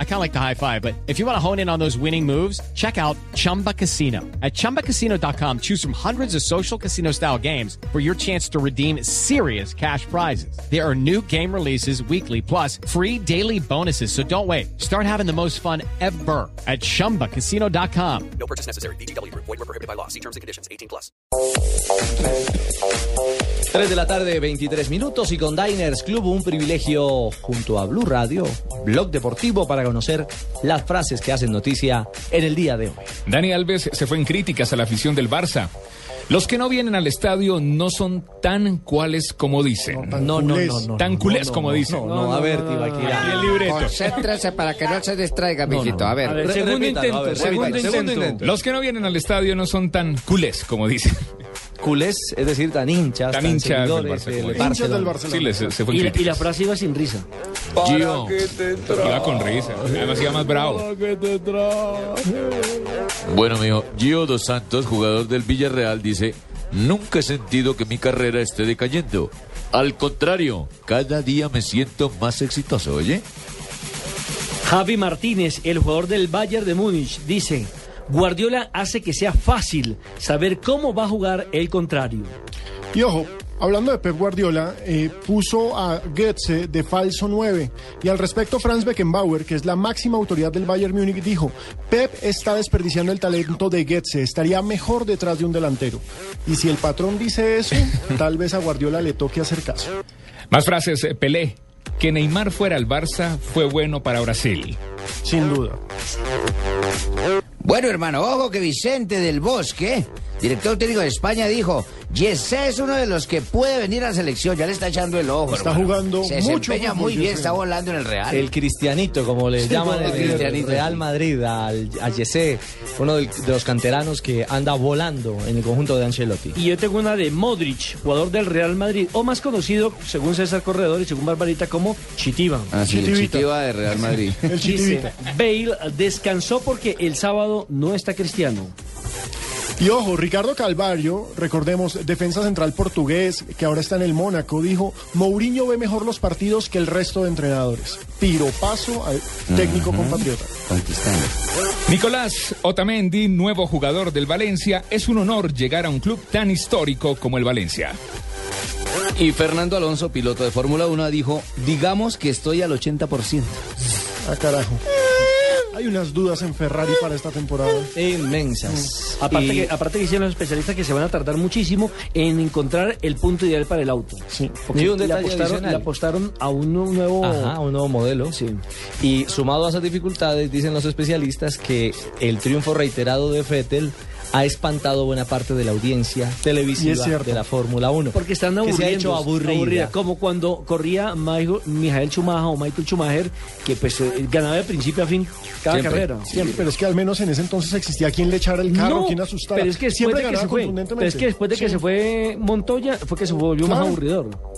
I kind of like the high five, but if you want to hone in on those winning moves, check out Chumba Casino. At chumbacasino.com, choose from hundreds of social casino style games for your chance to redeem serious cash prizes. There are new game releases weekly, plus free daily bonuses. So don't wait. Start having the most fun ever at chumbacasino.com. No purchase necessary. BGW. Void were prohibited by law. See terms and conditions. 18 plus. 3 de la tarde, 23 minutos y con Diners Club un privilegio junto a Blue Radio, blog deportivo para conocer las frases que hacen noticia en el día de hoy. Dani Alves se fue en críticas a la afición del Barça. Los que no vienen al estadio no son tan cuales como dicen. No, no, no, no. Tan no, culés no, como no, dicen. No, no, a ver, Tibaquira. El libreto. Concéntrese para que no se distraiga, mijito. A ver. Re- segundo repítalo, intento, a ver, segundo repítalo, segundo intento. intento. Los que no vienen al estadio no son tan culés como dicen. Culés, es decir, tan hinchas, Tan tan, hinchas del seguidores eh, Barça, del como Barcelona. dicen. Hinchas del Sí, les- se fue en Y la, y críticas. la frase iba sin risa. Gio. Iba con risa. Además iba más bravo. Bueno, mijo, Gio Dos Santos, jugador del Villarreal, dice: Nunca he sentido que mi carrera esté decayendo. Al contrario, cada día me siento más exitoso, oye. Javi Martínez, el jugador del Bayern de Múnich, dice: Guardiola hace que sea fácil saber cómo va a jugar el contrario. Y ojo, hablando de Pep Guardiola, eh, puso a Goetze de falso 9. Y al respecto, Franz Beckenbauer, que es la máxima autoridad del Bayern Múnich, dijo: Pep está desperdiciando el talento de Goetze, estaría mejor detrás de un delantero. Y si el patrón dice eso, tal vez a Guardiola le toque hacer caso. Más frases. eh, Pelé. Que Neymar fuera al Barça fue bueno para Brasil. Sin duda. Bueno, hermano, ojo que Vicente del Bosque, director técnico de España, dijo: Yesé es uno de los que puede venir a la selección. Ya le está echando el ojo. Está hermano. jugando Se mucho desempeña fútbol, muy bien, Yesé. está volando en el Real. El cristianito, como le llaman el en el cristianito, Real sí. Madrid, al, a Yesé, uno del- de los canteranos que anda volando en el conjunto de Ancelotti. Y yo tengo una de Modric, jugador del Real Madrid, o más conocido, según César Corredor y según Barbarita, como Chitiba. Ah, Ah, sí, el Chitivita. Chitiva de Real Madrid. El Dice, chitivita. Bale descansó porque el sábado no está cristiano. Y ojo, Ricardo Calvario, recordemos, defensa central portugués, que ahora está en el Mónaco, dijo, Mourinho ve mejor los partidos que el resto de entrenadores. Piropaso al técnico compatriota. Nicolás Otamendi, nuevo jugador del Valencia. Es un honor llegar a un club tan histórico como el Valencia. Y Fernando Alonso, piloto de Fórmula 1, dijo, digamos que estoy al 80%. Ah, carajo. Hay unas dudas en Ferrari para esta temporada. Inmensas. Mm. Aparte, Y- que, aparte que dicen los especialistas que se van a tardar muchísimo en encontrar el punto ideal para el auto. Sí. Porque Y un le, detalle apostaron, adicional. le apostaron a un nu- nuevo... Ajá, un nuevo modelo. Sí. Y sumado a esas dificultades, dicen los especialistas que el triunfo reiterado de Fettel ha espantado buena parte de la audiencia Y es televisiva cierto. de la Fórmula 1. Porque están Que aburridos. se ha hecho aburrida. Como cuando corría Michael, Michael Schumacher o Michael Schumacher, que pues eh, ganaba de principio a fin cada carrera. Siempre, pero es que al menos en ese entonces existía quien le echara el carro, quien asustara. pero es que después siempre de que ganaba se fue, pero contundentemente. es que después de que Sí. se fue Montoya, fue que se volvió más Claro. aburridor.